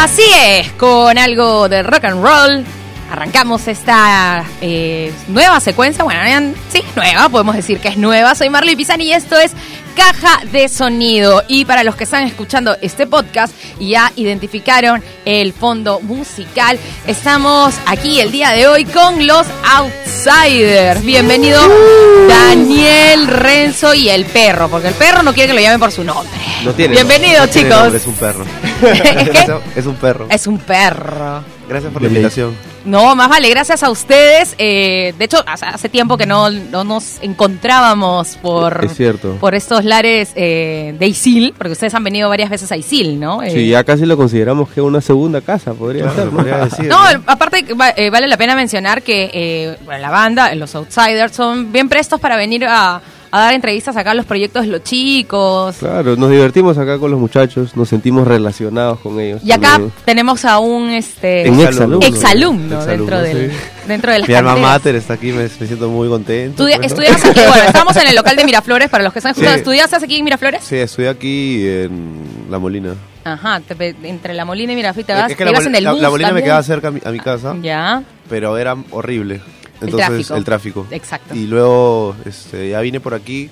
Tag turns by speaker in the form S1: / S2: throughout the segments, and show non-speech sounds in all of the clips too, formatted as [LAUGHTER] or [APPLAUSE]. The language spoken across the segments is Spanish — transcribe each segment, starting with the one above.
S1: Así es, con algo de rock and roll. Arrancamos esta eh, nueva secuencia. Bueno, vean, sí, nueva, podemos decir que es nueva. Soy Marley Pisani y esto es Caja de Sonido. Y para los que están escuchando este podcast y ya identificaron el fondo musical, estamos aquí el día de hoy con los Outsiders. Bienvenido
S2: Uh.
S1: Daniel Renzo y el perro, porque el perro no quiere que lo llamen por su nombre.
S2: No tiene.
S1: Bienvenido,
S2: no tiene
S1: chicos.
S2: nombre, es un perro.
S1: ¿Es [LAUGHS] qué?
S2: Eso- es un perro.
S1: Es un perro.
S2: Gracias por la invitación.
S1: No, más vale, gracias a ustedes. Eh, de hecho, hace, hace tiempo que no, no nos encontrábamos por,
S3: Es cierto.
S1: por estos lares eh, de Isil, porque ustedes han venido varias veces a Isil, ¿no? Eh,
S3: Sí, ya casi lo consideramos que una segunda casa, podría
S2: Claro,
S3: ser, ¿no?
S2: podría decir,
S1: No, aparte va- eh, vale la pena mencionar que eh, bueno, la banda, los Outsiders, son bien prestos para venir a, a dar entrevistas acá a los proyectos de los chicos.
S3: Claro, nos divertimos acá con los muchachos, nos sentimos relacionados con ellos.
S1: Y acá
S3: también.
S1: tenemos a un este
S3: En
S2: Exalumno.
S3: exalumno.
S1: exalumno dentro,
S2: Exalumno,
S1: del,
S2: sí.
S1: dentro de las
S2: Mi alma
S1: canteras.
S2: mater está aquí, me, me siento muy contento.
S1: Estudia-
S2: pues, ¿no?
S1: Estudias aquí, bueno, estamos en el local
S2: [LAUGHS]
S1: de Miraflores, para los que están escuchando,
S2: Sí.
S1: ¿estudiaste aquí en Miraflores?
S2: Sí, estudié aquí en La Molina.
S1: Ajá, te pe- entre La Molina y Miraflores te
S2: Es-
S1: vas,
S2: es que la,
S1: llegas
S2: Mol-
S1: en el
S2: la-
S1: bus
S2: la Molina me
S1: también.
S2: quedaba cerca a mi, a mi casa,
S1: Ya,
S2: pero era horrible. Entonces,
S1: tráfico.
S2: el tráfico.
S1: exacto.
S2: Y luego este, ya vine por aquí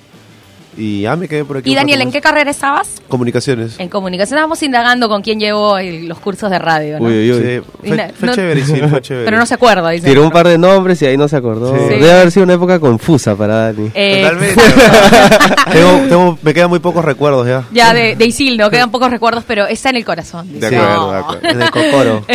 S2: y ya me quedé por aquí.
S1: ¿Y
S2: un rato
S1: Daniel, en
S2: más.
S1: qué carrera estabas?
S2: Comunicaciones.
S1: En comunicación, estábamos indagando con quién llevó el- los cursos de radio, ¿no?
S3: Uy, uy,
S2: Sí,
S3: uy.
S1: Y
S2: fue,
S1: na-
S2: fue
S1: no-
S2: chévere, sí, fue chévere.
S1: Pero no se acuerda, dice.
S3: Tiró un par de nombres y ahí no se acordó.
S2: Sí.
S3: Debe haber sido una época confusa para Dani.
S1: Eh,
S2: Totalmente. tengo, tengo- me quedan muy pocos recuerdos ya.
S1: [LAUGHS] Ya de,
S2: [LAUGHS]
S1: de Isil, ¿no? Quedan pocos recuerdos, pero está en el corazón.
S2: De
S1: dice.
S2: acuerdo,
S1: No.
S2: de acuerdo. En el cocoro.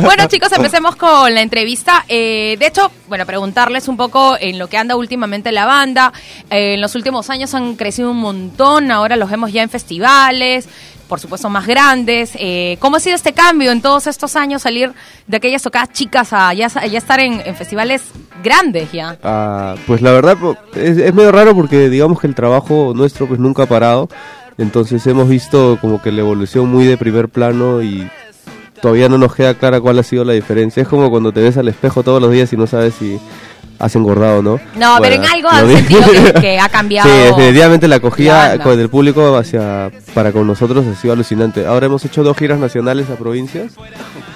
S1: [LAUGHS] bueno, chicos, empecemos con la entrevista. Eh, de hecho, bueno, preguntarles un poco en lo que anda últimamente la banda. Eh, en los últimos años han crecido un montón, ahora los vemos ya en festivales, por supuesto más grandes. Eh, ¿Cómo ha sido este cambio en todos estos años, salir de aquellas tocadas chicas a ya, ya estar en, en festivales grandes ya?
S3: Ah, pues la verdad po- es, es medio raro porque digamos que el trabajo nuestro pues nunca ha parado. Entonces hemos visto como que la evolución muy de primer plano y todavía no nos queda clara cuál ha sido la diferencia. Es como cuando te ves al espejo todos los días y no sabes si has engordado o no.
S1: No, pero en algo has sentido que- que
S3: [LAUGHS]
S1: ha cambiado
S3: Sí, definitivamente
S1: la
S3: la acogida
S1: banda.
S3: con el público hacia para con nosotros ha sido alucinante. Ahora hemos hecho dos giras nacionales a provincias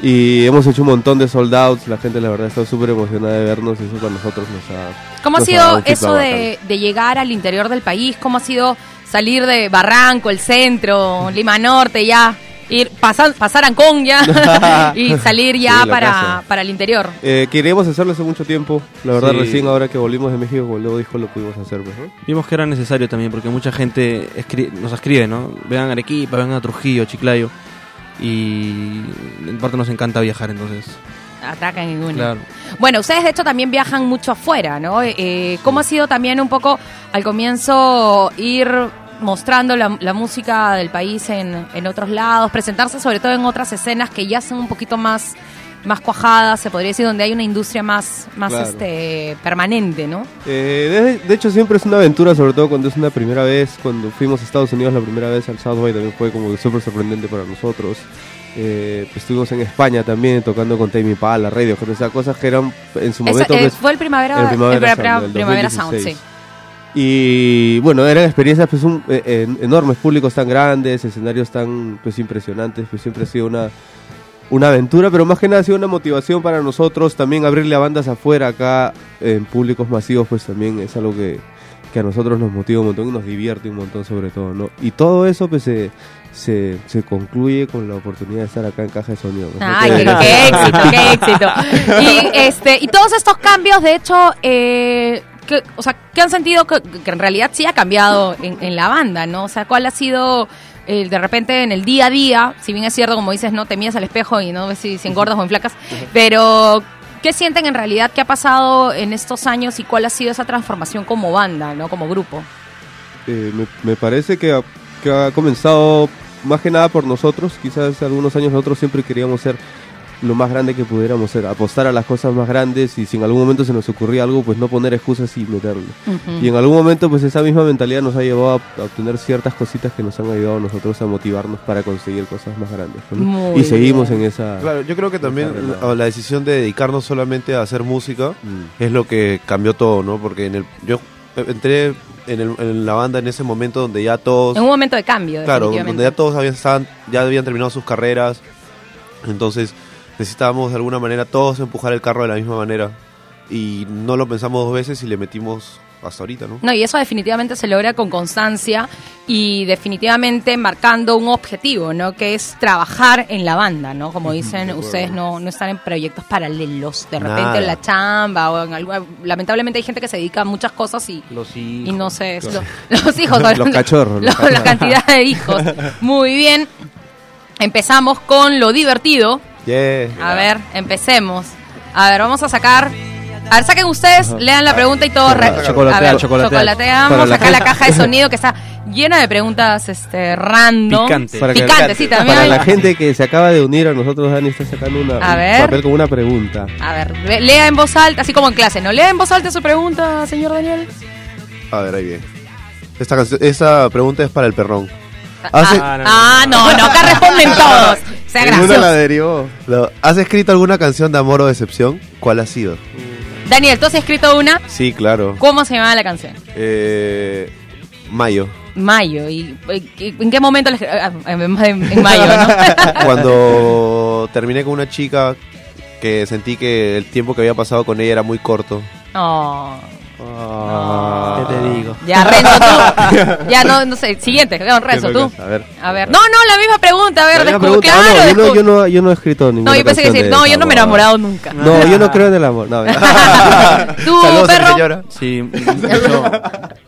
S3: y hemos hecho un montón de sold outs. La gente, la verdad, está súper emocionada de vernos y eso para nosotros nos ha.
S1: ¿Cómo ha
S3: nos ha dado
S1: sido
S3: un feedback
S1: eso de, de llegar al interior del país? ¿Cómo ha sido salir de Barranco, el centro, Lima Norte, ya? Ir, pasar, pasar Ancón ya y salir ya
S3: Sí, la
S1: para,
S3: casa.
S1: para el interior.
S3: bacán. Eh, queríamos hacerlo hace mucho tiempo. La verdad,
S4: Sí.
S3: recién ahora que volvimos de México, como luego dijo, lo pudimos hacer. pues, ¿no?
S4: Vimos que era necesario también porque mucha gente escri- nos escribe, ¿no? Vean a Arequipa, vean a Trujillo, Chiclayo. Y en parte nos encanta viajar, entonces.
S1: Atacan en uno.
S4: Claro.
S1: Bueno, ustedes de hecho también viajan mucho afuera, ¿no? Eh, ¿Cómo ha sido también un poco al comienzo ir mostrando la, la música del país en, en otros lados, presentarse sobre todo en otras escenas que ya son un poquito más, más cuajadas, se podría decir, donde hay una industria más, más
S3: Claro.
S1: este, permanente, ¿no?
S3: Eh, de, de hecho, siempre es una aventura, sobre todo cuando es una primera vez. Cuando fuimos a Estados Unidos la primera vez al South by también fue como que súper sorprendente para nosotros. Eh, pues estuvimos en España también tocando con Tame Pala, Radio, o sea, cosas que eran en su
S1: Esa-
S3: momento.
S1: eh,
S3: pues,
S1: fue el Primavera,
S3: el Primavera
S1: el
S3: Sound, del
S1: Primavera Sound, sí.
S3: 2016. Y bueno, eran experiencias pues un- eh, en- enormes, públicos tan grandes, escenarios tan pues impresionantes, pues siempre ha sido una, una aventura, pero más que nada ha sido una motivación para nosotros también abrirle a bandas afuera acá en públicos masivos, pues también es algo que, que a nosotros nos motiva un montón y nos divierte un montón sobre todo, ¿no? Y todo eso pues se, se, se concluye con la oportunidad de estar acá en Caja de Sonido. ¿no?
S1: Ay, qué,
S3: Que-
S1: qué éxito, qué éxito. Y, este, y todos estos cambios, de hecho, eh, que, o sea, ¿qué han sentido que, que en realidad sí ha cambiado en, en la banda, no? O sea, ¿cuál ha sido eh, de repente en el día a día? Si bien es cierto, como dices, no te miras al espejo y no ves si, si engordas o en flacas, pero ¿qué sienten en realidad que ha pasado en estos años y cuál ha sido esa transformación como banda, no, como grupo?
S3: Eh, me, me parece que ha, que ha comenzado más que nada por nosotros. Quizás algunos años nosotros siempre queríamos ser lo más grande que pudiéramos ser, apostar a las cosas más grandes y si en algún momento se nos ocurría algo, pues no poner excusas y meterlo.
S1: Mm.
S3: Y en algún momento pues esa misma mentalidad nos ha llevado a, a obtener ciertas cositas que nos han ayudado a nosotros a motivarnos para conseguir cosas más grandes. ¿no?
S1: Muy
S3: Y seguimos
S1: bien.
S3: en esa...
S2: Claro, yo creo que también
S3: Desarrollado.
S2: la, la decisión de dedicarnos solamente a hacer música
S3: Mm.
S2: es lo que cambió todo, ¿no? Porque en el, yo entré en, el- en la banda en ese momento donde ya todos,
S1: En un momento de cambio,
S2: claro,
S1: definitivamente.
S2: donde ya todos habían, estaban- ya habían terminado sus carreras, Entonces necesitábamos de alguna manera todos empujar el carro de la misma manera. Y no lo pensamos dos veces y le metimos hasta ahorita, ¿no?
S1: No, y eso definitivamente se logra con constancia y definitivamente marcando un objetivo, ¿no? Que es trabajar en la banda, ¿no?
S3: [LAUGHS]
S1: Como dicen, ustedes no, no están en proyectos paralelos, de repente
S2: Nada.
S1: en la chamba o en algo. Lamentablemente hay gente que se dedica a muchas cosas y,
S4: Los
S1: y no sé, lo- [LAUGHS] los hijos,
S3: [LAUGHS] Los cachorros, los
S1: lo- [LAUGHS] la cantidad de hijos. Muy bien, empezamos con lo divertido.
S2: Yeah.
S1: A ver, empecemos. A ver, vamos a sacar. A ver, saquen ustedes, lean la pregunta y todos. re-
S4: Chocolatea,
S1: a ver,
S4: chocolatea.
S1: Chocolateamos
S3: Para la
S1: acá la caja de sonido que está llena de preguntas este, random.
S4: Picante.
S3: Para que-
S1: Picante, sí, también.
S3: Para la gente que se acaba de unir a nosotros, Dani está sacando una,
S1: A
S3: un
S1: ver.
S3: papel con una pregunta.
S1: A ver, le- lea en voz alta, así como en clase, ¿no? Lea en voz alta su pregunta, señor Daniel.
S2: A ver, ahí bien. Esta, cancio- esta pregunta es para el perrón. Hace-
S1: Ah, ah, no, no, acá responden todos. Sea
S3: Ninguno la
S1: gracioso.
S3: derivó.
S2: Lo- ¿Has escrito alguna canción de amor o decepción? ¿Cuál ha sido?
S1: Daniel, tú has escrito una.
S2: Sí, claro.
S1: ¿Cómo se llamaba la canción?
S2: Eh,
S1: [LAUGHS]
S2: mayo.
S1: Mayo. ¿Y, y- en qué momento la escri- ah, en- en mayo,
S2: [LAUGHS]
S1: no?
S2: Cuando terminé con una chica que sentí que el tiempo que había pasado con ella era muy corto.
S1: Oh.
S3: Ah.
S4: ¿Qué te digo?
S1: Ya, Renzo,
S3: [LAUGHS]
S1: tú. Ya, no, no sé. Siguiente, no, Renzo, tú.
S2: A ver.
S1: A ver. No, no, la misma pregunta. A ver,
S3: La misma
S1: descu-
S3: pregunta. Ah,
S1: claro.
S3: no, yo, no,
S1: descu-
S3: yo, no, yo no he escrito ninguna
S1: No, yo pensé que
S3: canción
S1: decir,
S3: de
S1: no, yo no me he
S3: amor.
S1: enamorado nunca.
S3: No, yo no creo en el amor. No, mentira.
S1: [LAUGHS] Tú,
S2: Saludos a mi
S1: perro,
S2: señora.
S4: Sí, mucho-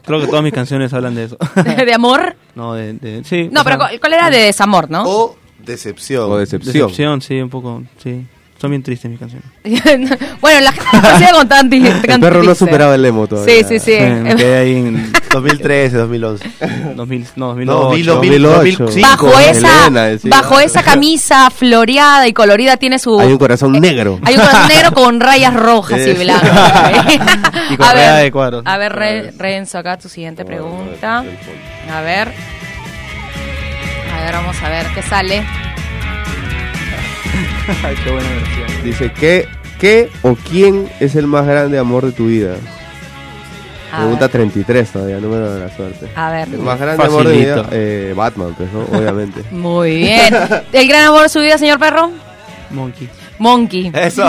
S4: creo que todas mis canciones
S1: [LAUGHS]
S4: hablan de eso.
S1: [LAUGHS] de amor.
S4: No, de, de- sí.
S1: No,
S4: o
S1: pero
S4: sea,
S1: ¿cuál- ¿cuál era de desamor,
S3: Oh.
S1: no?
S2: O decepción.
S3: O decepción.
S4: decepción, sí, un poco, sí. Son bien tristes mis canciones.
S1: [LAUGHS] bueno, la gente hacía con tan El
S3: El perro no superaba el emo todavía.
S1: Sí, sí, sí.
S4: Me, me quedé
S1: [LAUGHS]
S4: ahí en
S2: 2013, 2011.
S4: 2000, no, 2008.
S2: [LAUGHS] No,
S3: 2008.
S2: 2005.
S1: Bajo
S3: con
S1: esa,
S3: Elena, decía.
S1: bajo esa camisa floreada y colorida tiene su...
S3: Hay un
S1: Eh,
S3: corazón negro.
S1: Hay un corazón negro con rayas rojas y
S2: Eh.
S4: [LAUGHS]
S1: blancas.
S4: Y con rayas de cuadros.
S1: [LAUGHS] A ver, Re- Renzo, acá tu siguiente pregunta. A ver. A ver, vamos a ver qué sale.
S4: Ay, qué buena versión.
S3: Dice, ¿qué, ¿qué o quién es el más grande amor de tu vida?
S1: A
S3: Pregunta
S1: ver. Ah,
S3: 33 todavía, número de la suerte.
S1: A ver.
S3: El más grande amor de mi
S4: Facilito.
S3: vida, eh, Batman, pues, ¿no? Obviamente.
S1: Muy bien. ¿El gran amor de su vida, señor perro?
S4: Monkey.
S1: Monkey.
S4: Eh.
S2: Eso.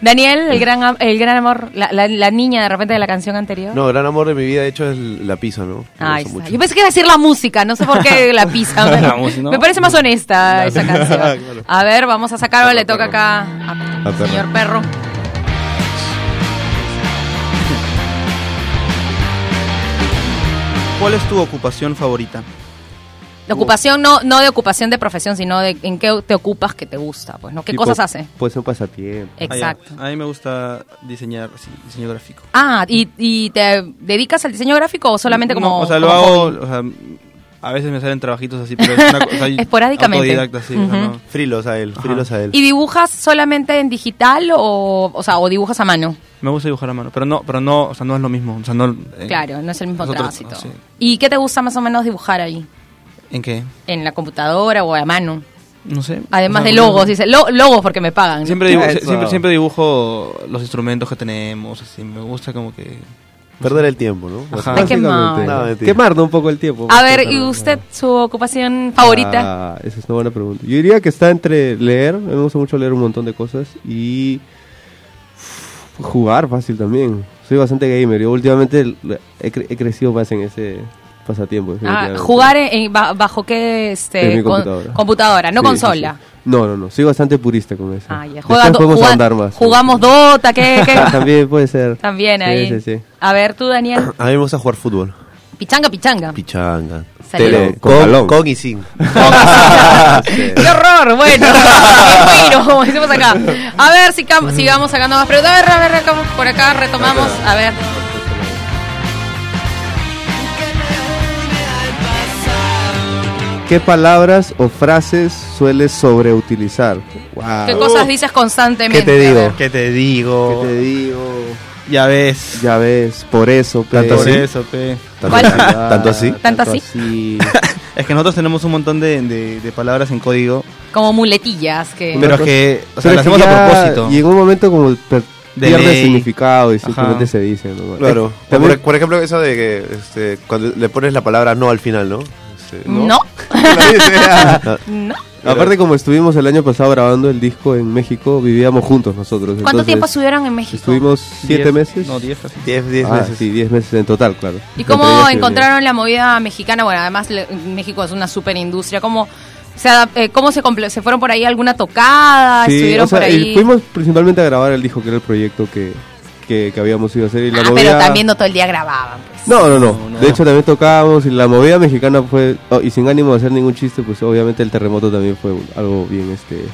S1: Daniel,
S4: [LAUGHS]
S1: el gran, am- el gran amor, la, la- la niña de repente de la canción anterior.
S2: No, gran amor de mi vida, de hecho, es la pizza, ¿no? Me
S1: Ahí
S2: gusta
S1: está.
S2: mucho.
S1: Yo pensé que iba a decir la música, no sé por
S4: [LAUGHS]
S1: qué la pizza. Me,
S4: La música, ¿no?
S1: me parece más honesta esa
S4: [LAUGHS]
S1: canción. A ver, vamos a sacar, le toca acá a,
S3: A perro.
S1: señor perro.
S4: ¿Cuál es tu ocupación favorita?
S1: De ocupación, no, no de ocupación de profesión, sino de en qué te ocupas que te gusta, pues, ¿no? [LAUGHS] ¿Qué
S3: Tipo,
S1: cosas hace?
S3: Puede ser un pasatiempo.
S1: Exacto.
S4: Ah, ya. A mí me gusta diseñar, sí, diseño gráfico.
S1: Ah, ¿y, y te dedicas al diseño gráfico o solamente como.?
S4: No, o sea, lo
S1: como
S4: hago,
S1: hobby?
S4: o sea, a veces me salen trabajitos así, pero es una
S1: [LAUGHS]
S4: cosa...
S1: Esporádicamente.
S4: Autodidacta, sí. o sea,
S1: Ujú.
S4: no-
S2: Frilos a él, frilos a él.
S1: ¿Y dibujas solamente en digital o, o sea, o dibujas a mano?
S4: Me gusta dibujar a mano, pero no, pero no, o sea, no es lo mismo. O sea, no, eh,
S1: Claro, no es el mismo
S4: nosotros-
S1: tránsito.
S4: sí.
S1: ¿Y qué te gusta más o menos dibujar ahí?
S4: ¿En qué?
S1: ¿En la computadora o a mano?
S4: No sé.
S1: Además
S4: O sea,
S1: de logos, dice. lo- logos porque me pagan. ¿no?
S4: Siempre dibujo,
S3: Eso.
S4: siempre, siempre dibujo los instrumentos que tenemos, así. Me gusta como que...
S2: Perder el tiempo, ¿no?
S4: Ajá.
S1: Ay, qué
S3: Básicamente.
S1: mal.
S2: No, mentira.
S3: Quemar, ¿no? Un poco el tiempo.
S1: A ver, ¿y
S3: Pero-
S1: usted su ocupación favorita?
S3: Ah, esa es una buena pregunta. Yo diría que está entre leer, a mí me gusta mucho leer un montón de cosas, y jugar fácil también. Soy bastante gamer, yo últimamente l- he, cre- he crecido más en ese pasatiempo.
S1: Ah,
S3: definitivamente.
S1: ¿Jugar en- en- ba- bajo qué este,
S3: En mi
S1: con-
S3: computadora.
S1: computadora, no
S3: Sí, sí,
S1: consola?
S3: sí. No, no, no, soy bastante purista con eso.
S1: Ah, ya.
S3: Después
S1: Juega-
S3: podemos
S1: juega-
S3: ahondar más.
S1: Jugamos Dota, ¿qué? qué?
S3: Ah, [LAUGHS] También puede ser.
S1: También
S3: Sí,
S1: ahí.
S3: sí, sí.
S1: A ver, tú, Daniel.
S2: A mí me gusta jugar fútbol.
S1: Pichanga, pichanga.
S2: Pichanga.
S1: Salió.
S2: Tele,
S3: Con
S2: con,
S3: balón.
S2: con y sin.
S1: [LAUGHS]
S2: Sí.
S1: Ah, ¡Qué horror! Bueno, bien piro, como decimos acá. A ver si cam- sigamos sacando más preguntas. A ver, a ver, acá, por acá retomamos. A ver.
S3: ¿Qué palabras o frases sueles sobreutilizar? Wow.
S1: ¿Qué cosas dices constantemente?
S2: ¿Qué te
S1: A
S2: digo?
S1: ver.
S4: ¿Qué te digo?
S3: ¿Qué te digo?
S4: Ya ves.
S3: Ya ves, por eso, pe.
S2: Tanto
S4: Por
S2: así.
S4: eso, pe.
S2: ¿Tanto
S1: ¿Cuál?
S2: así?
S3: Ah,
S2: ¿Tanto así?
S1: [LAUGHS] ¿Tanto así?
S4: Es que nosotros tenemos un montón de, de- de palabras en código,
S1: Como muletillas. que
S4: pero es
S3: cosa-
S4: que, [LAUGHS] o
S3: Pero
S4: sea, las
S3: es que
S4: hacemos
S3: ya-
S4: a propósito.
S3: Y en un momento como per-
S4: De
S3: pierde
S4: ley.
S3: significado y simplemente
S4: Ajá.
S3: se dice. ¿no?
S2: Claro.
S3: Eh, también-
S2: Por, por ejemplo, eso de que este, cuando le pones la palabra no al final, ¿no? este,
S1: No.
S2: [LAUGHS]
S1: No.
S3: Aparte, como estuvimos el año pasado grabando el disco en México, vivíamos juntos nosotros.
S1: ¿Cuánto
S3: entonces,
S1: tiempo estuvieron en México?
S3: Estuvimos siete
S5: Diez-
S3: meses.
S5: No, 10 casi.
S2: 10 10
S3: Ah,
S2: meses.
S3: Sí, 10 meses en total, claro.
S1: ¿Y
S3: Entre
S1: cómo
S3: ellos,
S1: encontraron la movida mexicana? Bueno, además le- México es una superindustria. ¿Cómo se, adap- eh, cómo se, comple- se fueron por ahí? ¿Alguna tocada?
S3: Sí,
S1: ¿Estuvieron
S3: o sea,
S1: por
S3: y
S1: ahí?
S3: fuimos principalmente a grabar el disco, que era el proyecto que, que, que habíamos ido a hacer. Y la
S1: Ah,
S3: movida-
S1: pero también no todo el día grababan. pues.
S3: No, no, no,
S5: No, no.
S3: De hecho, también tocábamos y la movida mexicana fue. oh, y sin ánimo de hacer ningún chiste, pues obviamente el terremoto también fue un- algo bien, este.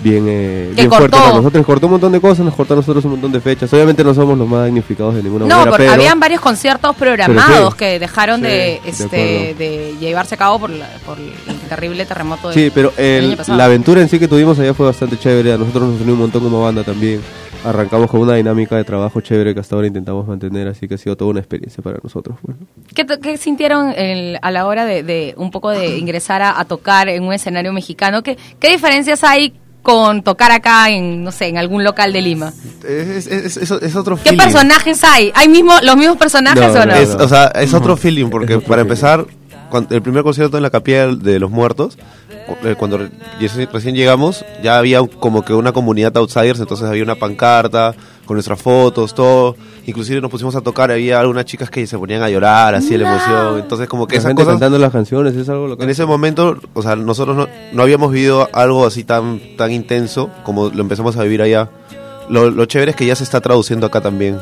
S3: Bien, eh,
S1: Que
S3: bien fuerte
S1: cortó.
S3: para nosotros. Cortó un montón de cosas, nos cortó a nosotros un montón de fechas. Obviamente no somos los más magnificados de ninguna
S1: No,
S3: manera,
S1: porque
S3: pero.
S1: habían varios conciertos
S3: pero
S1: programados
S3: sí.
S1: que dejaron
S3: Sí,
S1: de,
S3: de
S1: este,
S3: acuerdo.
S1: de llevarse a cabo por, la- por el terrible terremoto. de-
S3: Sí, pero
S1: del
S3: el-
S1: año pasado.
S3: la aventura en sí que tuvimos allá fue bastante chévere. A nosotros nos unió un montón como banda también. Arrancamos con una dinámica de trabajo chévere que hasta ahora intentamos mantener, así que ha sido toda una experiencia para nosotros. pues. Bueno.
S1: ¿Qué, to- qué sintieron el- a la hora de, de un poco de ingresar a, a tocar en un escenario mexicano? ¿Qué, ¿Qué diferencias hay con tocar acá en, no sé, en algún local de Lima?
S2: Es, es- es- es otro
S1: ¿Qué
S2: feeling.
S1: personajes hay? ¿Hay mismo, los mismos personajes
S3: No,
S1: o no?
S3: no,
S2: Es- o sea, es otro feeling, porque para empezar, cuan- el primer concierto en la capilla del- de los muertos, cu- eh, cuando re- reci- recién llegamos, ya había un- como que una comunidad de outsiders, entonces había una pancarta con nuestras fotos, todo. Inclusive nos pusimos a tocar, había algunas chicas que se ponían a llorar, así de la emoción. Entonces como que
S3: La
S2: esas
S3: gente
S2: cosas...
S3: cantando las canciones, es algo local.
S2: En ese momento, o sea, nosotros no, no habíamos vivido algo así tan, tan intenso como lo empezamos a vivir allá. Lo, lo chévere es que ya se está traduciendo acá también.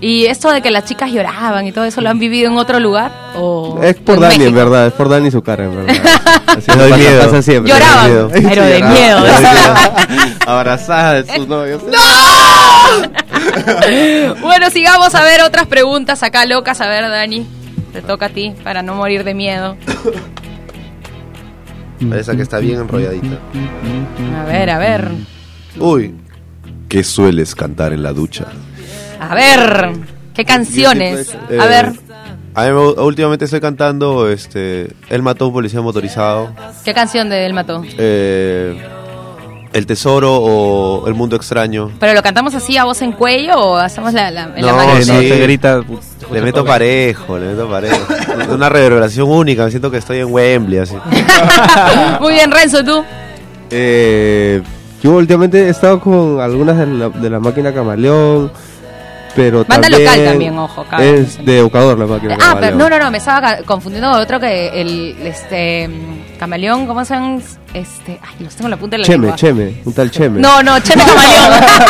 S1: ¿Y esto de que las chicas lloraban y todo eso lo han vivido en otro lugar? ¿O
S3: Es por
S1: en
S3: Dani, en
S1: México?
S3: verdad, es por Dani y su cara, en
S1: [LAUGHS]
S3: verdad. Así
S2: Me doy
S3: pasa-
S2: miedo.
S3: pasa siempre.
S1: Lloraban,
S3: me doy miedo.
S1: pero de
S3: lloraban,
S2: [LAUGHS]
S1: miedo.
S3: me doy miedo. Abrazada de sus
S1: [LAUGHS]
S3: novios.
S1: Bueno, sigamos a ver otras preguntas acá locas. A ver, Dani, te toca a ti para no morir de miedo.
S2: Parece que está bien enrolladita.
S1: A ver, a ver.
S2: Uy. ¿Qué sueles cantar en la ducha?
S1: A ver. ¿Qué canciones?
S2: eh,
S3: Yo
S1: A ver,
S2: pues, A mí me- últimamente estoy cantando, este, Él mató a un policía motorizado,
S1: ¿qué canción de Del Mató?
S2: eh, El Tesoro o El Mundo Extraño.
S1: ¿Pero lo cantamos así a voz en cuello o hacemos la, la, la
S2: No,
S1: mano?
S2: sí.
S4: no, te grita. put-
S2: Le meto parejo, le meto parejo. Una reverberación única, me siento que estoy en Wembley, así.
S1: [LAUGHS] Muy bien, Renzo, tú.
S3: Eh, yo últimamente he estado con algunas de la, de la máquina camaleón, pero
S1: Banda
S3: también...
S1: local también, ojo, cabe
S3: Es de Ocador la máquina
S1: Ah,
S3: camaleón.
S1: pero no, no, no, me estaba ca- confundiendo con otro que el este mm, camaleón, ¿cómo se llaman? Este, ay, los tengo en la punta de la
S3: Cheme,
S1: lengua.
S3: Cheme, un tal Cheme.
S1: No, no, Cheme Camaleón.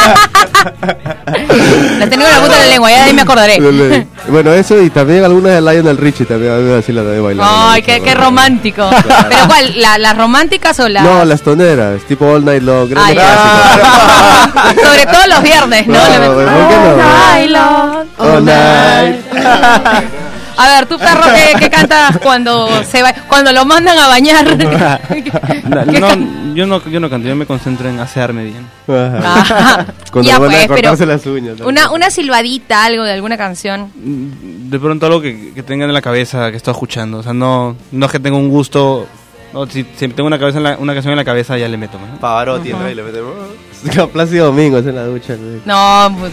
S1: la tengo en la punta de la lengua, ya de ahí me acordaré.
S3: bueno, eso y también algunas de Lionel Richie también, a mí me así la de bailar.
S1: Ay, qué, qué romántico. ¿Pero cuál? ¿La- ¿Las románticas o las...?
S3: No, las toneras, tipo All Night Long,
S1: Ay,
S3: grandes
S1: ah.
S3: clásicos.
S1: claro. [LAUGHS] Sobre todo los viernes, ¿no?
S3: No,
S1: Le-
S3: ¿por qué no?
S1: All night long, [LAUGHS] all
S3: All
S1: night. A ver, tu perro que, canta cuando se va, cuando lo mandan a bañar.
S3: [LAUGHS]
S5: Na-
S1: ¿Qué
S5: No,
S1: can-
S5: yo no, yo no canto, yo me concentro en asearme bien.
S3: Ajá.
S1: Ah,
S3: Cuando
S1: ya
S3: van
S1: pues,
S3: a cortarse
S1: pero
S3: las uñas. ¿no?
S1: una, una silbadita, algo de alguna canción.
S5: Mm, De pronto algo que, que tengan en la cabeza, que estoy escuchando. O sea, no, no es que tenga un gusto. No, si, si tengo una, cabeza en la- una canción en la cabeza, ya le meto. ¿no?
S2: Pavarotti, entra y le mete... "Oh,
S3: [LAUGHS] Plácido Domingo es en la ducha. ¿no?
S1: No, pues,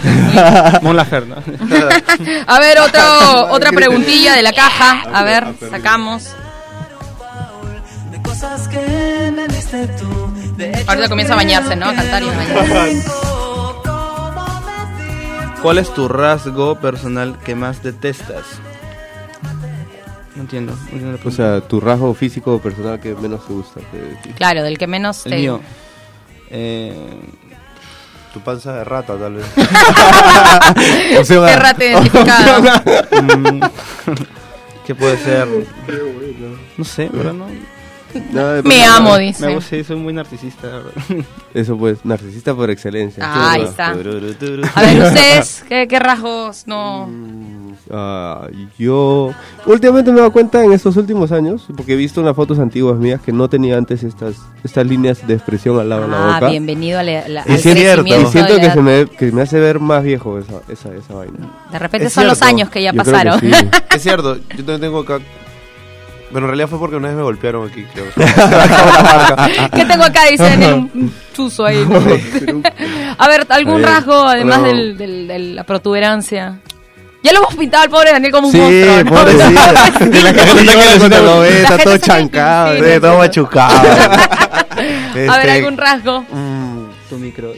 S3: [LAUGHS]
S5: Mon Laferte, ¿no?
S1: a ver, otro, otra preguntilla de la caja. A ver,
S3: Ah,
S1: sacamos.
S6: de cosas que me diste tú. De hecho,
S1: Ahorita comienza a bañarse, ¿no? A cantar y a bañarse.
S4: [LAUGHS] ¿Cuál es tu rasgo personal que más detestas?
S5: No entiendo. no entiendo la
S3: O
S5: pregunta.
S3: sea, tu rasgo físico o personal que menos te gusta. que-
S1: [LAUGHS] Claro, del que menos
S5: el
S1: te...
S5: mío.
S1: este.
S5: Eh,
S2: Tu panza de rata, tal vez.
S3: Opción A.
S1: Qué rata
S3: [LAUGHS]
S1: identificado.
S5: mm,
S4: ¿Qué puede ser?
S5: no sé, ¿verdad? No,
S3: No, de
S1: Me
S3: personal-
S1: amo,
S5: Me
S1: dice.
S5: gusta, sí, soy muy narcisista. [LAUGHS] la verdad.
S3: Eso pues, narcisista por excelencia.
S1: Ah, ahí [LAUGHS] está. A
S3: [LAUGHS]
S1: ver, ustedes, ¿qué, qué rasgos no...?
S3: Ah, yo últimamente me he dado cuenta en estos últimos años, porque he visto unas fotos antiguas mías que no tenía antes estas, estas líneas de expresión al lado de la
S1: Ah,
S3: boca.
S1: bienvenido a la, la-
S2: Y
S1: al
S2: siento-
S1: crecimiento
S3: Y siento
S1: de
S3: que,
S1: la-
S3: se me, que me hace ver más viejo esa, esa, esa vaina.
S1: De repente
S2: Es
S1: son los
S2: cierto.
S1: años que ya
S3: Yo creo que
S1: pasaron.
S3: sí.
S2: Es cierto, yo también tengo acá... Bueno, en realidad fue porque una vez me golpearon aquí,
S1: [LAUGHS]
S2: creo.
S1: ¿Qué tengo acá? Dicen en
S3: [LAUGHS]
S1: un chuzo ahí. a ver, algún
S3: Está bien.
S1: rasgo además
S3: Rasgo.
S1: del- del- de la protuberancia. Ya lo hemos pintado al pobre Daniel como [LAUGHS] un
S3: Sí,
S1: monstruo. ¿no? [LAUGHS]
S3: pobrecito.
S1: Entonces,
S3: De la
S2: gente
S3: gente
S2: que
S3: que
S2: le
S3: con
S2: gusta lo ve,
S3: la
S1: La
S3: noveta,
S1: gente
S3: todo
S1: se cree que
S3: chancado.
S1: sí,
S3: ¿eh?
S2: Sí, todo machucado.
S1: a ver,
S2: Este,
S1: algún rasgo.
S2: mm,
S4: Tu micro.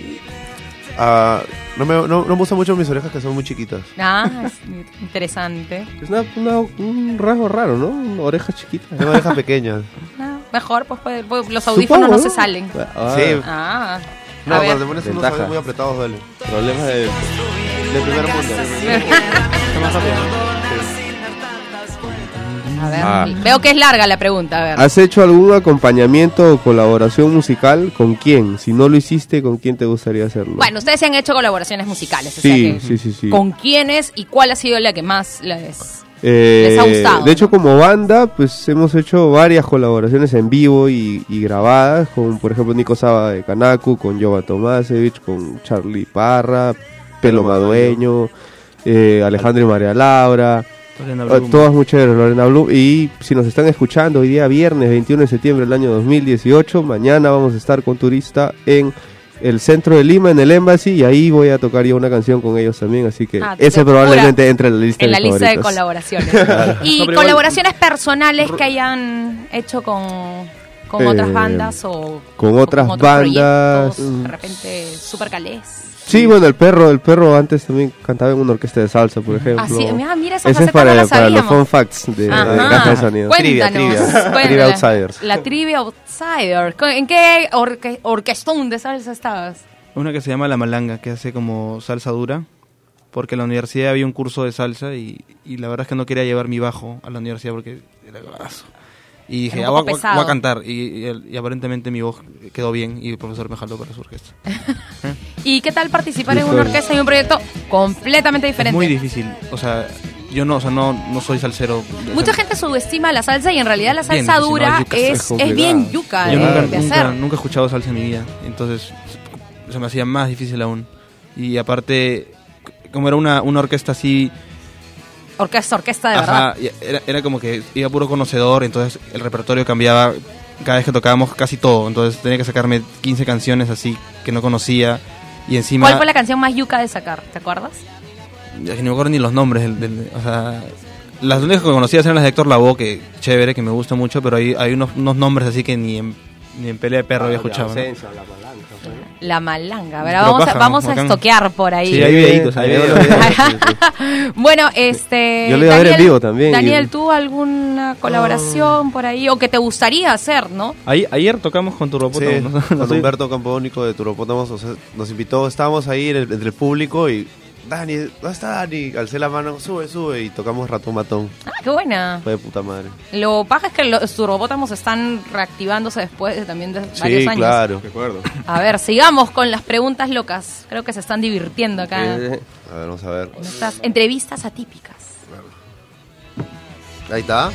S2: ah, no, me, no, no me gustan mucho mis orejas que son muy chiquitas.
S1: Ah, es interesante.
S3: Es una- una- un rasgo raro, ¿no? Una oreja chiquita.
S1: [LAUGHS]
S2: Tengo orejas pequeñas.
S1: Ah, mejor, pues, puede- pues, los audífonos no se salen.
S3: Ah,
S2: Sí.
S1: Ah,
S2: No,
S1: a
S2: cuando te
S1: ver.
S2: pones unos
S3: Ventaja.
S2: oídos muy apretados, duele.
S3: Problemas de, de primer mundo.
S1: A ver.
S3: Ah.
S1: Veo que es larga la pregunta, a ver.
S3: ¿Has hecho algún acompañamiento o colaboración musical? ¿Con quién? Si no lo hiciste, ¿con quién te gustaría hacerlo?
S1: Bueno, ustedes se han hecho colaboraciones musicales. o sea
S3: Sí,
S1: que-
S3: sí, sí, sí.
S1: ¿Con quiénes y cuál ha sido la que más les...
S3: Eh,
S1: les ha gustado,
S3: De hecho,
S1: ¿no?
S3: como banda, pues hemos hecho varias colaboraciones en vivo y, y grabadas, con por ejemplo Nico Saba de Kanaku, con Jova Tomasevich, con Charlie Parra, Pelo Madueño, eh, Alejandro y María Laura.
S5: Lorena
S3: Ah,
S4: Oh,
S5: Blum.
S3: Todas muy chéveres, Lorena Blum. Y si nos están escuchando hoy día, viernes 21 de septiembre del año 2018, mañana vamos a estar con Turista en el centro de Lima, en el Embassy, y ahí voy a tocar yo una canción con ellos también. Así que
S1: Ah,
S3: ese
S1: de
S3: probablemente
S1: pura-
S3: entre en la lista
S1: en
S3: de
S1: la lista de
S3: favoritos. [LAUGHS]
S1: colaboraciones.
S4: No,
S1: y
S4: pero
S1: colaboraciones personales que hayan hecho con, con
S3: Eh,
S1: otras bandas o
S3: con
S1: o
S3: otras
S1: otros
S3: bandas.
S1: proyectos, de repente Super Calés.
S3: Sí, bueno, el perro, el perro antes también cantaba en una orquesta de salsa, por ejemplo.
S1: Así, Ah, mira, mira esa
S3: Ese
S1: faceta
S3: es para,
S1: no la
S3: para los
S1: sabíamos.
S3: fun facts de, de
S1: Ajá.
S3: Caja de Sonido.
S2: Trivia,
S1: Cuéntanos. [LAUGHS]
S2: trivia.
S1: cuéntala.
S2: Trivia outsiders.
S1: La trivia outsider. Co- ¿En qué orque- orquestón de salsa estabas?
S5: Una que se llama La Malanga, que hace como salsa dura, porque en la universidad había un curso de salsa y, y la verdad es que no quería llevar mi bajo a la universidad porque era graso. Y dije,
S1: Era
S5: "Ah,
S1: un poco
S5: voy, a- voy a-
S1: pesado".
S5: voy a cantar. Y, y- y aparentemente mi voz quedó bien y el profesor me jaló para su orquesta.
S1: ¿Y qué tal participar en una orquesta y un proyecto completamente diferente?
S5: Es muy difícil. O sea, yo no, o sea, no, no soy salsero.
S1: Mucha gente subestima la salsa y en realidad la salsa
S5: Bien, si no,
S1: dura
S5: yucas,
S3: es
S1: es, es,
S3: complicado.
S1: bien yuca de,
S5: Yo nunca,
S1: de
S5: nunca-
S1: hacer.
S5: nunca he escuchado salsa en mi vida, entonces se me hacía más difícil aún. Y aparte, c- como era una, una orquesta así,
S1: Orquesta, orquesta de verdad.
S5: ajá, y era, era como que iba puro conocedor, entonces el repertorio cambiaba cada vez que tocábamos casi todo, entonces tenía que sacarme 15 canciones así que no conocía. Y encima,
S1: ¿Cuál fue la canción más yuca de sacar? ¿Te acuerdas?
S5: ya que no me acuerdo ni los nombres, del- del- o sea, las únicas que conocía eran las de Héctor Lavoe, que chévere, que me gusta mucho, pero hay, hay unos, unos nombres así que ni en, ni en pelea de perro había escuchado. ¿no?
S1: La malanga. A ver,
S5: Pero
S1: vamos, a,
S5: baja,
S1: vamos a
S5: bacán.
S1: estoquear por ahí. [LAUGHS]
S5: Sí, hay videitos, hay
S3: Ahí veo los
S5: [LAUGHS] videos.
S3: videos.
S1: Bueno, este.
S3: Yo lo iba a ver en vivo también,
S1: Daniel,
S3: y-
S1: ¿tú
S5: Ah.
S1: alguna colaboración por ahí? O que te gustaría hacer, ¿no?
S5: Ahí- ayer tocamos con Turbopota.
S2: Sí,
S5: ¿no?
S2: con
S5: Sí.
S2: Humberto Campónico de Turopótamos o sea, nos invitó, estábamos ahí en el- entre el público y Dani, ¿dónde está Dani? Alcé la mano, sube, sube y tocamos ratón matón.
S1: Ah, qué buena.
S2: Fue de puta madre.
S1: Lo paja es que los turbopótamos están reactivándose después de, también de varios
S2: sí,
S1: años.
S2: claro.
S1: A ver, sigamos con las preguntas locas. Creo que se están divirtiendo acá.
S3: Eh,
S2: A ver, vamos a ver.
S1: Nuestras entrevistas atípicas.
S2: Ahí está.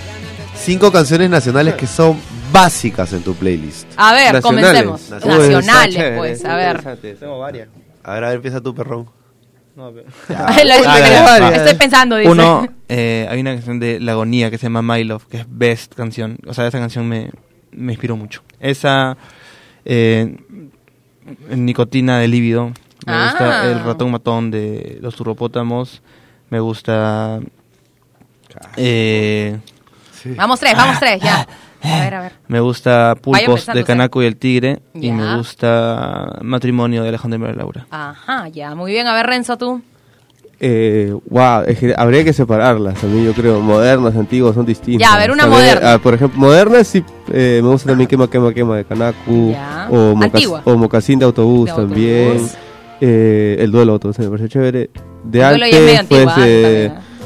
S2: Cinco canciones nacionales que son básicas en tu playlist.
S1: A ver,
S3: Nacionales.
S1: comencemos.
S2: Nacionales.
S1: Nacionales,
S3: Uy, está
S1: pues,
S3: chévere,
S1: a ver.
S3: interesante eso.
S5: Tengo varias.
S2: A ver, a ver, empieza tu perrón.
S5: No, pero-
S1: [LAUGHS] La-
S3: Ah, ya.
S1: Estoy pensando, dice.
S5: Uno, eh, hay una canción de La Agonía que se llama My Love, que es best canción. O sea, esa canción me, me inspiró mucho. Esa, eh, Nicotina de Líbido. Me
S1: Ah.
S5: gusta El Ratón Matón de Los Turbopótamos. Me gusta... eh,
S1: Vamos tres,
S2: Ah.
S1: vamos tres, ya. A ver, a ver.
S5: me gusta Pulpos
S1: pensando,
S5: de Canaco y el Tigre. Y
S1: Ya.
S5: me gusta Matrimonio de Alejandro y María Laura.
S1: Ajá, ya. Muy bien, a ver, Renzo, tú.
S3: Eh, wow, es que habría que separarlas a mí, yo creo. Modernas, antiguas, son distintas.
S1: Ya, a ver, una
S3: También,
S1: moderna.
S3: ah, por ejemplo, modernas sí, eh, me gusta también Quema, Quema, Quema de Kanaku.
S1: Ya.
S3: O, Mocas-
S1: Antigua.
S3: o Mocasín de Autobús
S1: De
S3: también.
S1: Autobús.
S3: Eh, el Duelo de Autobús me parece chévere. De
S1: Yo lo llamé
S3: antes,
S1: antigua.
S3: pues, eh,
S1: también.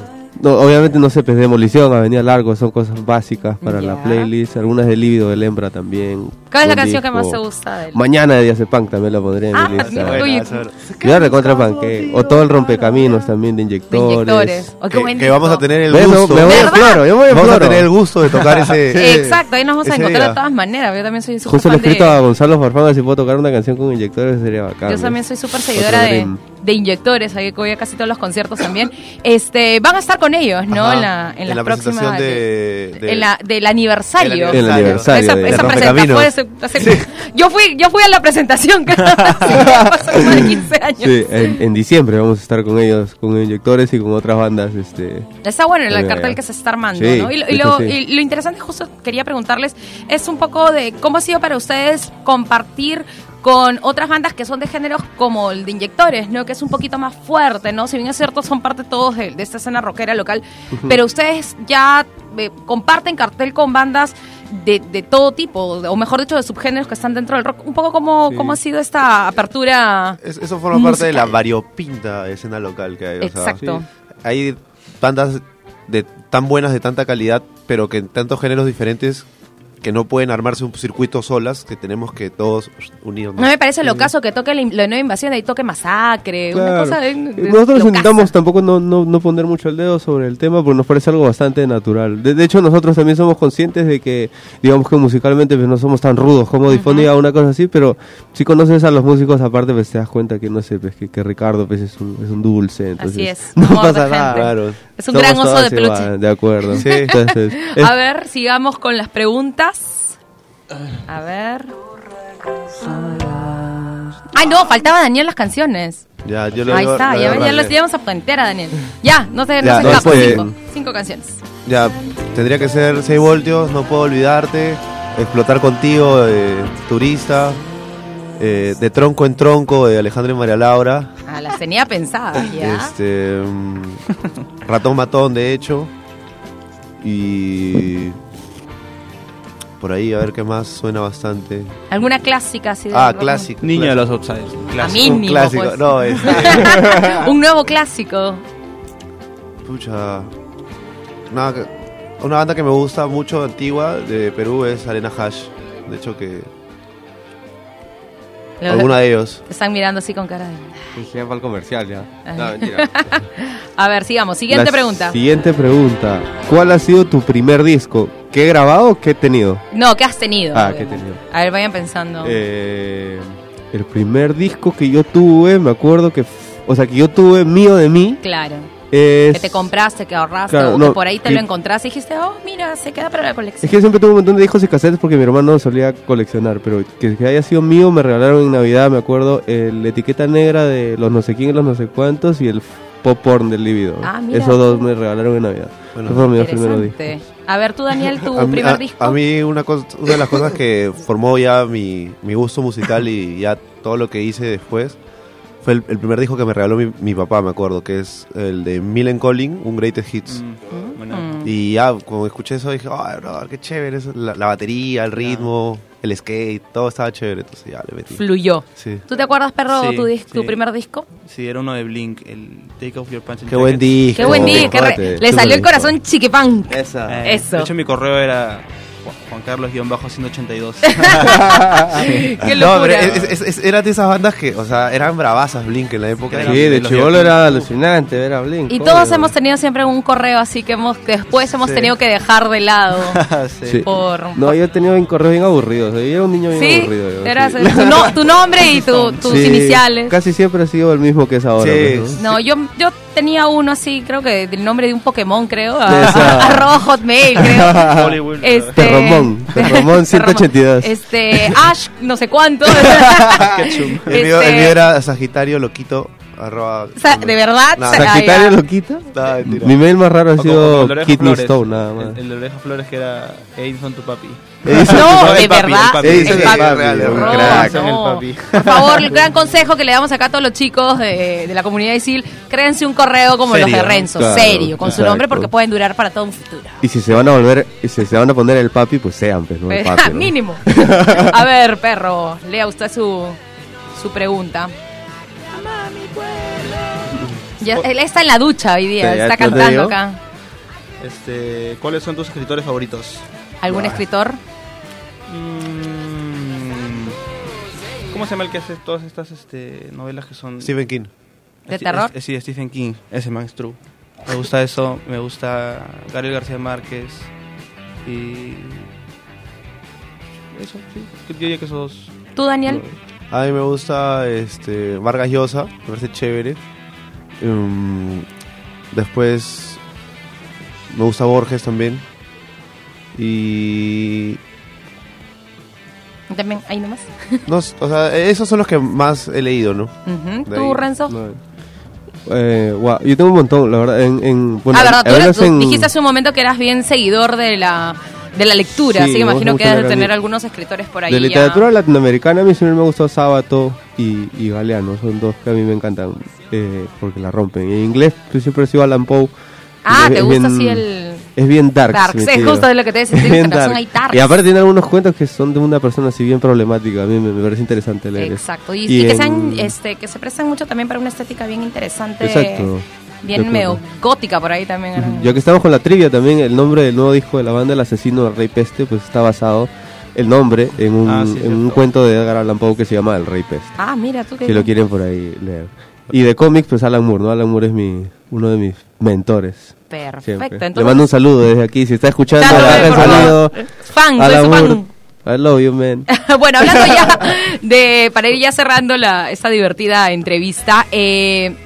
S3: no, obviamente no sé, pues Demolición, Avenida Largo, son cosas básicas para
S1: Ya.
S3: la playlist. Algunas de Líbido, de Lembra también.
S1: ¿Cuál es la
S3: Un
S1: canción que
S3: disco.
S1: más te gusta de él?
S3: Mañana de Diaz Punk también la pondré en
S1: Ah,
S3: mi lista.
S1: mira, Uy,
S3: Yo recontra panque. O todo el rompecaminos también de inyectores.
S1: Inyectores. Oh, qué
S2: Que,
S1: buen
S2: que
S1: disco.
S2: vamos a tener el
S3: ¿Ves? Me-
S2: gusto.
S3: me voy a
S1: ¿Verdad?
S3: floro, yo me voy a
S2: Vamos a
S3: floro.
S2: tener el gusto de
S1: [LAUGHS]
S2: tocar ese.
S3: Sí.
S1: Exacto, ahí nos vamos a
S2: ese
S1: encontrar de
S2: día.
S1: todas maneras. Yo también soy súper
S3: Justo le he
S1: fan de-
S3: escrito a Gonzalo Farfán si puedo tocar una canción con inyectores, sería bacán.
S1: Yo también soy súper seguidora de, [LAUGHS]
S3: Dream.
S1: de inyectores, ahí que voy a casi todos los conciertos también. Este, van a estar con ellos, ¿no?
S2: Ajá.
S1: En la, en
S2: la
S1: próxima
S2: presentación de, de-
S1: en la- del aniversario.
S2: del
S3: El aniversario.
S1: Esa,
S3: de-
S1: esa
S2: Rompecaminos.
S1: presentación, hace, hace- yo fui yo fui a la presentación,
S2: [LAUGHS]
S1: creo. Así que ya pasó como de 15 años.
S3: Sí, en, en diciembre vamos a estar con ellos, con inyectores y con otras bandas. Este,
S1: Está bueno el
S3: Oiga,
S1: cartel
S3: ya.
S1: que se está armando,
S3: Sí,
S1: ¿no? Y lo, y
S3: sí,
S1: lo-
S3: sí.
S1: y lo interesante, justo quería preguntarles, es un poco de cómo ha sido para ustedes compartir con otras bandas que son de géneros como el de Inyectores, ¿no? Que es un poquito más fuerte, ¿no? Si bien es cierto, son parte todos de, de esta escena rockera local, pero ustedes ya eh, comparten cartel con bandas de, de todo tipo, o mejor dicho, de subgéneros que están dentro del rock. Un poco como,
S3: Sí.
S1: cómo ha sido esta apertura.
S2: Es- eso forma parte de la variopinta escena local que hay. o sea,
S1: Exacto.
S2: hay bandas de tan buenas, de tanta calidad, pero que en tantos géneros diferentes que no pueden armarse un circuito solas, que tenemos que todos unirnos.
S1: No me parece lo caso que toque la, in- la nueva invasión, ahí toque masacre, Eh, una
S3: Eh. claro. Eh,
S1: cosa de, de-
S3: nosotros
S1: locaza.
S3: intentamos tampoco no, no, no poner mucho el dedo sobre el tema porque nos parece algo bastante natural. De, de hecho, nosotros también somos conscientes de que, digamos que musicalmente pues, no somos tan rudos como difonía o una cosa así, pero si conoces a los músicos aparte, pues te das cuenta que, no sé, pues, que, que Ricardo pues, es, un, es un dulce. Entonces,
S1: Así es,
S3: [LAUGHS] No
S1: amor de
S3: pasa nada.
S1: gente.
S3: Claro.
S1: Es un
S3: Somos
S1: gran oso de
S3: todos
S1: peluche.
S3: igual,
S1: [LAUGHS]
S3: De acuerdo.
S2: Sí.
S3: Entonces, es-
S1: A ver, sigamos con las preguntas. A ver. Ay, no, faltaba Daniel las canciones.
S2: Ya, yo lo
S1: Ahí
S2: digo-
S1: está,
S2: lo
S1: ya,
S2: digo
S1: ya
S2: rápido.
S1: los llevamos a puentera, Daniel. Ya, no se, no
S2: Ya,
S1: se escapa.
S2: después-
S1: Cinco, cinco canciones.
S2: Ya, tendría que ser 6 voltios, no puedo olvidarte, explotar contigo, eh, turista, eh, de tronco en tronco de Alejandro y María Laura,
S1: Ah, las tenía pensadas, ya.
S2: este, mm, ratón matón de hecho, y por ahí a ver qué más suena bastante.
S1: ¿Alguna clásica así de
S2: Ah,
S1: rock?
S2: clásico.
S5: Niño de
S2: clásico,
S5: los outsiders.
S1: A
S2: un
S1: mínimo,
S2: clásico,
S1: pues.
S2: no, este, [LAUGHS]
S1: Un nuevo clásico.
S2: pucha, una, una banda que me gusta mucho, antigua, de Perú es Arena Hash, de hecho que...
S1: Lo-
S2: Alguna de ellos.
S1: Te están mirando así con cara de.
S3: Ya para el comercial, ya.
S1: Ay.
S3: No, mentira.
S1: A ver, sigamos. Siguiente
S3: La
S1: pregunta.
S3: Siguiente pregunta. ¿Cuál ha sido tu primer disco? ¿Qué he grabado o qué he tenido?
S1: No, ¿qué has tenido?
S3: Ah, ¿qué he tenido?
S1: A ver, vayan pensando.
S3: Eh, el primer disco que yo tuve, me acuerdo que. f- O sea, que yo tuve mío de mí.
S1: Claro.
S3: Es,
S1: Que te compraste, que ahorraste,
S3: Claro,
S1: o que
S3: no,
S1: por ahí te
S3: que-
S1: lo encontraste y dijiste, oh, mira, se queda para la colección.
S3: es que yo siempre tuve un montón de discos y casetes porque mi hermano solía coleccionar. Pero que, que haya sido mío, me regalaron en Navidad, me acuerdo, el etiqueta negra de los no sé quién, los no sé cuántos y el f- pop porn del líbido.
S1: Ah, mira.
S3: Esos dos me regalaron en Navidad.
S2: Bueno,
S3: Esos fueron mis dos primeros discos.
S1: Interesante. A ver, tú, Daniel,
S3: [LAUGHS]
S1: tu
S2: a mí,
S1: primer
S2: a-
S1: disco.
S2: a mí una, cosa, una de las cosas que formó ya mi, mi gusto musical y ya todo lo que hice después fue el, el primer disco que me regaló mi, mi papá, me acuerdo, que es el de Millen Collin, un Greatest Hits.
S1: Mm.
S2: Y ya cuando escuché eso dije, ay, brother, qué chévere, eso, la, la batería, el ritmo, el skate, todo estaba chévere, entonces ya le metí.
S1: Fluyó.
S2: Sí.
S1: ¿Tú te acuerdas, perro,
S5: Sí,
S1: tu, dis- tu
S5: sí.
S1: primer disco?
S5: Sí, era uno de Blink, el Take Off Your Pants. and
S2: Qué buen
S5: Jackets.
S2: disco.
S1: Qué buen día, qué re-
S3: joder,
S1: le
S3: súper
S1: salió el
S3: disco.
S1: corazón chiquipán.
S3: [LAUGHS]
S2: Esa.
S5: Eh,
S1: Eso.
S5: De hecho, mi correo era Juan- Juan
S1: [LAUGHS]
S5: [LAUGHS] Carlos-182.
S1: Qué
S2: Ah, No, pero
S1: locura.
S2: es- es- es- eran de esas bandas que, o sea, eran bravazas Blink en la época. eran-
S3: Sí, de
S5: los
S3: chivolo
S5: Yorkies.
S3: era alucinante, era Blink.
S1: y todos
S3: obvio.
S1: hemos tenido siempre un correo así que hemos que después hemos tenido que dejar de
S3: [LAUGHS]
S1: lado.
S3: Sí.
S1: Por-
S3: No, yo he tenido un correo bien aburrido. o sea, yo era un niño bien
S1: sí,
S3: aburrido. yo,
S1: eras
S3: sí.
S1: tu, no- tu nombre y tu- tus
S3: [LAUGHS] Sí,
S1: iniciales.
S3: Casi siempre ha sido el mismo que es ahora.
S2: Sí.
S3: pues, ¿no?
S1: No, yo, yo tenía uno así, creo que del nombre de un Pokémon, creo.
S3: De
S1: [LAUGHS]
S3: esa-
S1: Arroba Hotmail,
S2: [LAUGHS]
S3: Ah.
S1: creo.
S5: Ah. Hollywood.
S1: Este, [LAUGHS]
S3: Ferromón, Ferromón 182.
S1: Este, Ash, no sé
S2: [LAUGHS]
S1: cuánto. [LAUGHS] Este,
S2: El, mío, el mío era Sagitario Loquito. Arroba,
S1: Sa- ¿de verdad?
S2: No,
S1: Sa-
S2: Sag-
S1: Ah,
S3: ¿Sagitario
S1: ya.
S3: lo quita?
S2: no, mentira.
S3: Eh, Mi mail más raro ha
S5: O como- como
S3: sido
S5: el de Oreja
S3: Kidney
S5: Flores.
S3: Stone, nada más.
S5: El, el de Oreja Flores que era Edison tu papi.
S1: No, de
S5: el papi,
S1: verdad.
S5: el papi.
S1: el
S2: Ese es el
S1: papi.
S2: real, el
S1: No,
S2: crack.
S1: no.
S5: El papi.
S1: Por favor, el
S5: [LAUGHS]
S1: gran consejo que le damos acá a todos los chicos de, de la comunidad ISIL, créanse un correo como
S5: Serio,
S1: los de Renzo,
S3: claro,
S1: serio, con su
S3: exacto.
S1: nombre porque pueden durar para todo un futuro.
S3: Y si se van a volver, y si se van a poner el papi, pues sean,
S1: [LAUGHS]
S3: pues, no el
S1: Pero-
S3: papi. ¿no? [LAUGHS]
S1: Mínimo. A ver, perro, lea usted su, su pregunta. Ya, él está en la ducha hoy día,
S3: Pues- Sí, ya
S1: está
S3: te lo
S1: cantando
S3: digo.
S1: acá.
S5: Este, ¿Cuáles son tus escritores favoritos?
S1: ¿Algún escritor?
S5: Mm, ¿Cómo se llama el que hace todas estas este, novelas que son
S2: Stephen King.
S1: ¿De
S5: Sti-
S1: terror?
S5: es- sí, de Stephen King. Ese man es true. Me gusta eso. Me gusta Gabriel García Márquez. Y. Eso, sí. Yo diría que esos.
S1: ¿Tú, Daniel?
S2: A mí me gusta este, Vargas Llosa, me parece chévere. Em, después me gusta Borges también. Y
S1: También, ahí nomás.
S2: No, o sea, esos son los que más he leído, ¿no?
S1: Ujú.
S2: De
S1: ¿Tú,
S2: ahí.
S1: Renzo? Ah,
S3: No. Eh, guau, yo tengo un montón, la verdad. En, en, bueno,
S1: ah, verdad, tú,
S3: al
S1: eras-
S3: menos
S1: tú
S3: en-
S1: dijiste hace un momento que eras bien seguidor de la, de la lectura,
S3: Sí,
S1: así que
S3: me gusta
S1: imagino que debes
S3: mucho
S1: de
S3: leer
S1: tener
S3: lit-
S1: algunos escritores por ahí.
S3: De
S1: ya.
S3: literatura latinoamericana a mí siempre me ha gustado Sábato y, y Galeano, son dos que a mí me encantan eh, porque la rompen. Y en inglés yo siempre he sido Alan Poe.
S1: Ah,
S3: Es
S1: ¿te
S3: bien-
S1: gusta así el-
S3: Es bien dark.
S1: Darks, es justo de lo que te
S3: [LAUGHS]
S1: decía, tienes razón, hay darks.
S3: Y aparte tiene algunos cuentos que son de una persona así bien problemática, a mí me, me parece interesante leer. eso.
S1: Exacto, y,
S3: Y
S1: y que,
S3: en-
S1: sean, este, que se prestan mucho también para una estética bien interesante,
S3: Exacto, de
S1: bien
S3: acuerdo.
S1: medio gótica por ahí también. era.
S3: Ya que estamos con la trivia también, el nombre del nuevo disco de la banda El asesino del rey peste pues está basado el nombre en un,
S5: Ah, sí,
S3: en un
S5: cierto.
S3: cuento de Edgar Allan Poe que se llama El rey peste.
S1: Ah, mira, tú que...
S3: Si lo quieren por ahí leer. Y de cómics pues Alan Moore, ¿no? Alan Moore es mi uno de mis mentores.
S1: Perfecto,
S3: siempre.
S1: entonces...
S3: Le mando un saludo desde aquí, si está escuchando,
S1: Claro,
S3: agarra el
S1: por favor.
S3: saludo.
S1: Fan, soy
S3: Alan
S1: su fan.
S3: Moore, I love you,
S1: [LAUGHS]
S3: man.
S1: bueno, hablando ya de, para ir ya cerrando la, esta divertida entrevista, eh,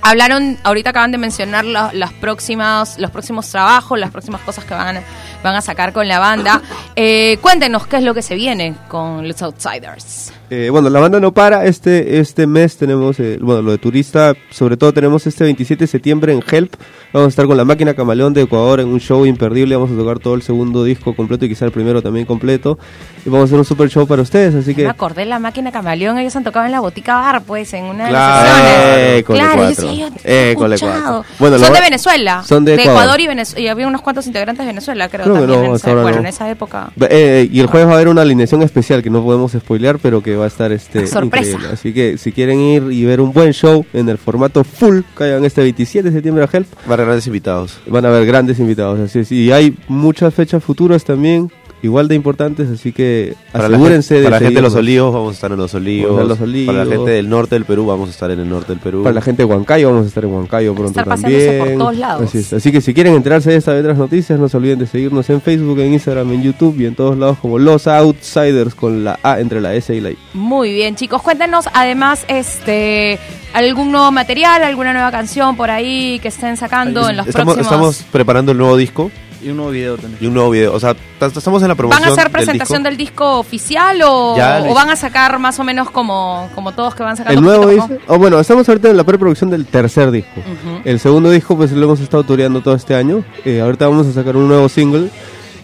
S1: hablaron, ahorita acaban de mencionar la- las próximas, los próximos trabajos, las próximas cosas que van, a- van a sacar con la banda. Eh, cuéntenos qué es lo que se viene con los Outsiders.
S3: Eh, bueno, la banda no para. Este, este mes tenemos, eh, bueno, lo de turista, sobre todo tenemos este 27 de septiembre en Help. Vamos a estar con la máquina camaleón de Ecuador en un show imperdible. Vamos a tocar todo el segundo disco completo y quizá el primero también completo. Y vamos a hacer un super show para ustedes, así
S1: Me
S3: que...
S1: acordé de la máquina camaleón, ellos han tocado en la botica bar, pues, en una
S2: Claro,
S1: de las sesiones.
S3: École
S1: claro, yo
S3: cuatro.
S1: decía, yo he
S3: École
S1: escuchado.
S3: cuatro. Bueno, la
S1: son de
S3: va-
S1: Venezuela,
S3: son de
S1: Ecuador,
S3: Ecuador.
S1: y Venezuela, y había unos cuantos integrantes de Venezuela, creo,
S3: Creo que
S1: también
S3: no,
S1: en,
S3: hasta
S1: esa,
S3: ahora
S1: bueno,
S3: no.
S1: en esa época.
S3: Eh, y el jueves va a haber una alineación especial que no podemos spoilear, pero que va a estar este
S1: Sorpresa.
S3: increíble. Así que si quieren ir y ver un buen show en el formato full, caigan este 27 de septiembre a Help.
S2: Para grandes invitados.
S3: Van a haber grandes invitados, así es. Y hay muchas fechas futuras también, igual de importantes, así que
S2: Para la
S3: asegúrense
S2: gente,
S3: de
S2: para la gente de los
S3: seguirnos.
S2: olivos vamos a estar en los olivos.
S3: Vamos a los Olivos.
S2: Para la gente del norte del Perú vamos a estar en el norte del Perú.
S3: Para la gente de Huancayo, vamos a estar en Huancayo pronto
S1: estar paseándose
S3: también.
S1: por todos lados.
S3: Así, es. Así que si quieren enterarse de estas y otras noticias, no se olviden de seguirnos en Facebook, en Instagram, en YouTube y en todos lados como Los Outsiders con la A entre la S y la I.
S1: Muy bien, chicos. Cuéntenos además este algún nuevo material, alguna nueva canción por ahí que estén sacando en los
S2: estamos,
S1: próximos.
S2: estamos preparando el nuevo disco
S5: Y un nuevo video también.
S2: y un nuevo video. O sea, t- estamos en la promoción.
S1: ¿Van a hacer presentación
S2: del
S1: del disco, oficial o,
S2: Ya lo
S1: o van a sacar más o menos como, como todos que van sacando?
S3: El nuevo
S1: poquito,
S3: disco. Oh, bueno, estamos ahorita en la preproducción del tercer disco.
S1: Ujú.
S3: El segundo disco, pues lo hemos estado tureando todo este año. Eh, ahorita vamos a sacar un nuevo single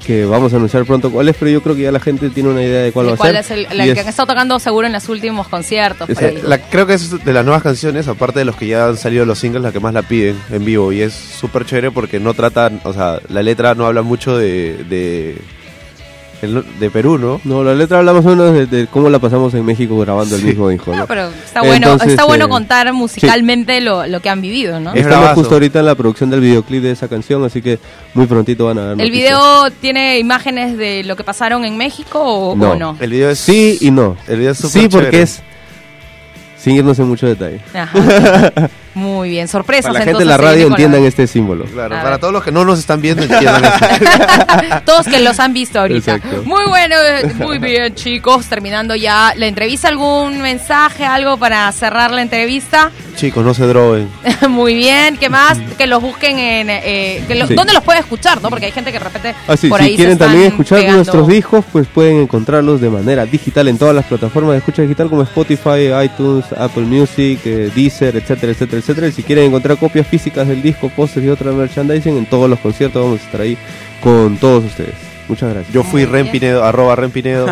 S3: que vamos a anunciar pronto cuál es, pero yo creo que ya la gente tiene una idea de cuál
S1: ¿no?
S3: va
S1: ¿Y
S3: a
S1: ¿Cuál
S3: ser.
S1: es el, la
S3: Y
S1: que
S3: es-
S1: han estado tocando seguro en los últimos conciertos? por
S3: Ese-
S1: ahí?
S2: Eh, la- creo que es de las nuevas canciones, aparte de los que ya han salido los singles, la que más la piden en vivo. Y es súper chévere porque no trata, o sea, la letra no habla mucho de. de, el no- de Perú, ¿no?
S3: No, la letra hablamos menos de, de cómo la pasamos en México grabando el mismo disco.
S1: [LAUGHS] No,
S3: ¿no?
S1: pero está bueno,
S3: Entonces,
S1: está bueno
S3: eh,
S1: contar musicalmente lo, lo que han vivido, ¿no?
S2: Es
S3: Estamos
S2: bravazo.
S3: justo ahorita en la producción del videoclip de esa canción, así que muy prontito van a ver.
S1: ¿El
S3: noticias.
S1: video tiene imágenes de lo que pasaron en México o o no?
S3: No.
S2: El video es.
S3: Sí y no.
S2: El video es súper
S3: Sí, porque
S2: chévere.
S3: es. Sin irnos en mucho detalle. [LAUGHS]
S1: Ajá. Muy bien, sorpresas.
S3: Para la gente de
S1: entonces,
S3: la
S1: se viene
S3: radio
S1: con
S3: entiendan este símbolo.
S2: Claro,
S1: A
S2: para
S1: ver.
S2: todos los que no nos están viendo, entiendan eso.
S1: [LAUGHS] Todos que los han visto ahorita.
S3: Exacto.
S1: Muy bueno, eh, muy bien, chicos. Terminando ya la entrevista, ¿algún mensaje, algo para cerrar la entrevista?
S2: Chicos, no se droguen.
S1: [LAUGHS] muy bien, ¿qué más? Que los busquen en. eh, que lo-
S3: Sí.
S1: ¿Dónde los puede escuchar, no? Porque hay gente que de repente.
S3: Ah, sí,
S1: por ahí
S3: si
S1: se
S3: quieren
S1: están
S3: también escuchar
S1: pegando.
S3: nuestros discos, pues pueden encontrarlos de manera digital en todas las plataformas de escucha digital como Spotify, iTunes, Apple Music, eh, Deezer, etcétera, etcétera, etcétera. Y si quieren encontrar copias físicas del disco, pósters y otra merchandising, en todos los conciertos vamos a estar ahí con todos ustedes. Muchas gracias.
S2: Yo fui Ren Pinedo, arroba Ren Pinedo.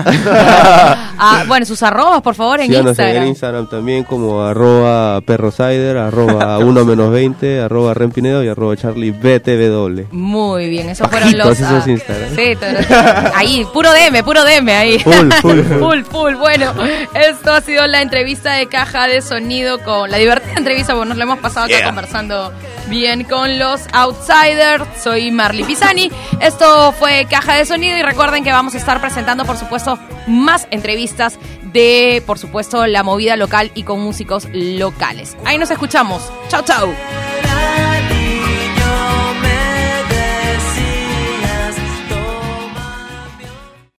S1: Ah, bueno, sus arrobas, por favor, en
S3: Síganos
S1: Instagram.
S3: en Instagram también como arroba perrosider, [LAUGHS] arroba 1 menos 20, arroba rempinedo y arroba charliebtbw.
S1: Muy bien, esos
S3: Bajitos
S1: fueron los.
S3: esos
S1: ah,
S3: Instagram.
S1: sí, todo- ahí, puro DM, puro DM ahí.
S3: Full, full, full.
S1: [LAUGHS] full, full. Bueno, esto ha sido la entrevista de caja de sonido con la divertida entrevista, porque nos lo hemos pasado acá conversando bien con los outsiders. Soy Marley Pisani. Esto fue caja de sonido y recuerden que vamos a estar presentando, por supuesto, más entrevistas de, por supuesto, la movida local y con músicos locales. Ahí nos escuchamos. Chau, chau.
S6: Quiero